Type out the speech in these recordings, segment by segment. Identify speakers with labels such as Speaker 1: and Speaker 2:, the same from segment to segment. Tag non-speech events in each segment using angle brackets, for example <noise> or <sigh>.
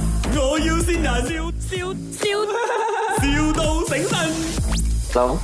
Speaker 1: 要先人，笑笑笑，,笑到醒神。
Speaker 2: Hello，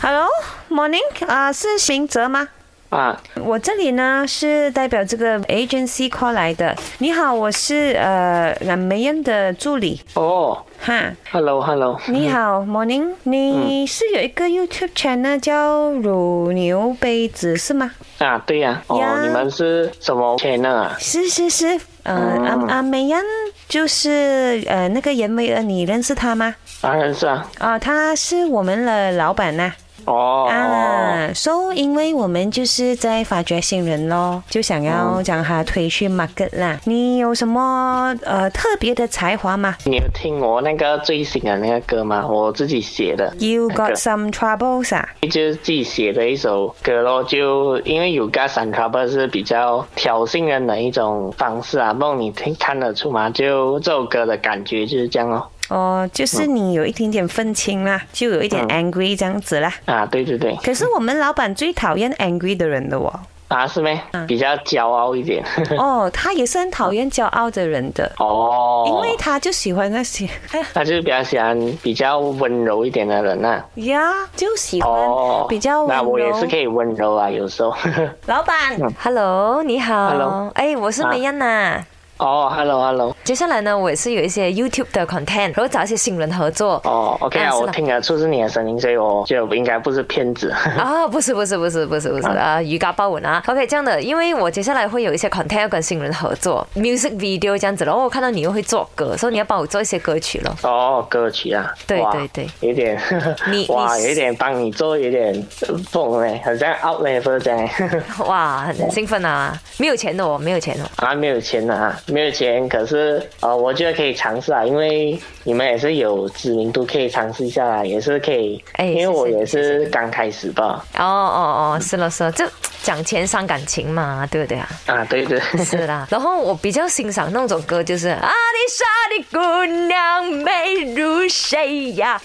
Speaker 3: Hello，Morning，啊、是行哲吗？
Speaker 2: 啊，
Speaker 3: 我这里呢是代表这个 agency call 来的。你好，我是呃冉梅恩的助理
Speaker 2: 哦
Speaker 3: 哈。
Speaker 2: ，Hello，Hello，
Speaker 3: 你好，Morning，你是有一个 YouTube channel 叫乳牛杯子是吗？
Speaker 2: 啊，对呀、哦
Speaker 3: 呀
Speaker 2: 你们是什么 channel 啊？
Speaker 3: 是是是，呃，阿阿梅恩就是呃那个严梅恩，你认识他吗？
Speaker 2: 当然是啊，
Speaker 3: 啊、他是我们的老板呐、
Speaker 2: 哦，哦
Speaker 3: 啊，so 因为我们就是在发掘新人咯，就想要将他推去 market 啦。你有什么呃特别的才华吗
Speaker 2: 你有听我那个最新的那个歌吗？我自己写的，
Speaker 3: ？You
Speaker 2: 那个
Speaker 3: got some troubles 啊？
Speaker 2: 就是自己写的一首歌咯，就因为有 Gas and Trouble 是比较挑衅人的一种方式啊，不懂你听看得出吗？就这首歌的感觉就是这样咯。
Speaker 3: 哦，就是你有一点点愤青啦，就有一点
Speaker 2: 嗯
Speaker 3: angry 这样子啦。
Speaker 2: 啊，对对对，
Speaker 3: 可是我们老板最讨厌 angry 的人的哦。
Speaker 2: 啊是咩？比较骄傲一点。 <laughs>
Speaker 3: 哦，他也是很讨厌骄傲的人的，
Speaker 2: 哦，
Speaker 3: 因为他就喜欢那些。 <laughs>
Speaker 2: 他就是比较喜欢比较温柔一点的人啊呐、
Speaker 3: 呀，就喜
Speaker 2: 哦
Speaker 3: 欢，比较温
Speaker 2: 那我也
Speaker 3: 柔
Speaker 2: 是。可以温柔啊，有时候。 <laughs>
Speaker 3: 老板，
Speaker 4: Hello，你好。
Speaker 2: Hello 啊
Speaker 4: 哎，我是梅恩呐、
Speaker 3: 啊
Speaker 2: 哦，hello hello，
Speaker 4: 接下来呢，我也是有一些 YouTube 的 content，然后找一些新人合作。
Speaker 2: 哦，OK
Speaker 4: 啊
Speaker 2: 啊，
Speaker 4: 是
Speaker 2: 我
Speaker 4: 的
Speaker 2: 听得出是你的声音，所以我觉得我应该不是骗子。 <laughs>
Speaker 4: 啊，不是不是不是不是不是啊，瑜伽包文啊。OK，这样的，因为我接下来会有一些 content 要跟新人合作，music video 这样子咯。然哦后我看到你又会做歌，所以你要帮我做一些歌曲咯。 <laughs>
Speaker 2: 哦，歌曲啊，
Speaker 4: 对
Speaker 2: 哇
Speaker 4: 对对，
Speaker 2: 有点，
Speaker 4: 你
Speaker 2: <laughs> 哇，
Speaker 4: 你
Speaker 2: 有一点帮你做，有点呃疯嘞，好像 out level 这样， <laughs>
Speaker 4: 哇，很兴奋啊！没有钱的哦，没有钱哦。
Speaker 2: 啊，没有钱的啊，没有钱，可是呃，我觉得可以尝试啊，因为你们也是有知名度，可以尝试一下啊，也是可以，
Speaker 4: 哎
Speaker 2: 因为我
Speaker 4: 谢谢
Speaker 2: 也
Speaker 4: 谢
Speaker 2: 是刚开始吧，
Speaker 4: 哦哦哦，
Speaker 3: 嗯
Speaker 4: 是了是了，这讲钱伤感情嘛，对不
Speaker 3: <laughs>
Speaker 4: 对啊？
Speaker 2: 啊，对
Speaker 4: <laughs>
Speaker 2: 对，
Speaker 4: 是啦，然后我比较欣赏那种歌，
Speaker 3: 哎
Speaker 4: 就是啊阿里莎的姑娘美如谁呀，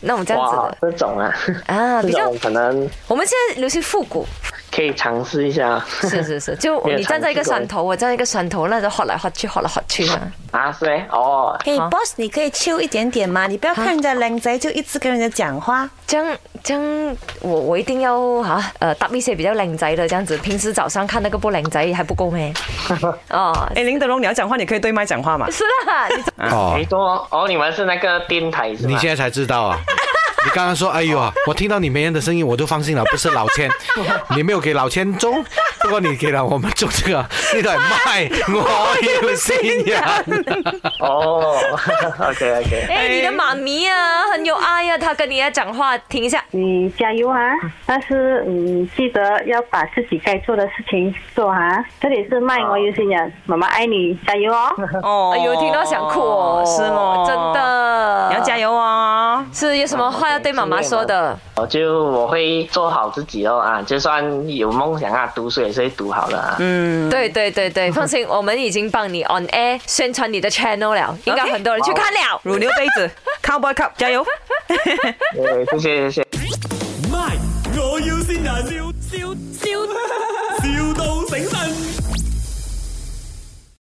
Speaker 4: 那种这样子
Speaker 2: 哇
Speaker 4: 的，
Speaker 2: 这种啊，
Speaker 4: 啊，
Speaker 2: 这
Speaker 4: 比较
Speaker 2: 种可能
Speaker 4: 我们现在流行复古，
Speaker 2: 可以尝试一下
Speaker 4: 是是是，就
Speaker 2: 没有
Speaker 4: 你站在一个
Speaker 2: 尝试过
Speaker 4: 山头，我站在一个山头，那就晃来晃去，晃来晃去嘛。
Speaker 2: <laughs>
Speaker 4: 啊
Speaker 2: 啊，是咩？哦，
Speaker 3: 嘿、
Speaker 4: 好
Speaker 3: b o s s 你可以 chill 一点点吗？你不要看人家靓仔就一直跟人家讲话。
Speaker 4: 这样这样，我我一定要啊，呃，搭一些比较靓仔的这样子。平时早上看那个不靓仔还不够咩？哦，
Speaker 5: 哎，林德荣，你要讲话，你可以对麦讲话
Speaker 4: <laughs>
Speaker 5: 嘛。
Speaker 4: 是啦，你
Speaker 6: 哦
Speaker 2: 没，错哦，你们是那个电台是
Speaker 6: 你
Speaker 2: 吗？
Speaker 6: 现在才知道啊！ <laughs> 你刚刚说，哎呦啊，我听到你梅人的声音，我就放心了，不是老千，你没有给老千中，不过你给了我们中这个那段麦，我有信仰。
Speaker 2: 哦 <laughs> ，OK OK。
Speaker 4: 哎、你的妈咪啊，很有爱啊，她跟你要讲话，听一下。
Speaker 7: 你加油啊！但是嗯，记得要把自己该做的事情做啊。这里是麦我有心人，妈妈爱你，加油哦！
Speaker 5: 哦
Speaker 4: 哎呦，听到想哭哦，
Speaker 5: 是咯，
Speaker 4: 真，的，
Speaker 5: 你要加！油
Speaker 4: <laughs>
Speaker 5: 哦。
Speaker 4: 是有什么话要对妈妈说的？
Speaker 2: 我哦就我会做好自己哦啊，就算有梦想啊，读书也是会读好的啊。嗯，
Speaker 4: 对对对对，放心，我们已经帮你 on air 宣传你的 channel 了，应该很多人去看了。
Speaker 5: 乳牛杯子，Cowboy Cup，加油！
Speaker 2: 谢谢谢谢。
Speaker 1: 卖，我要先人，笑笑笑，,笑到醒神。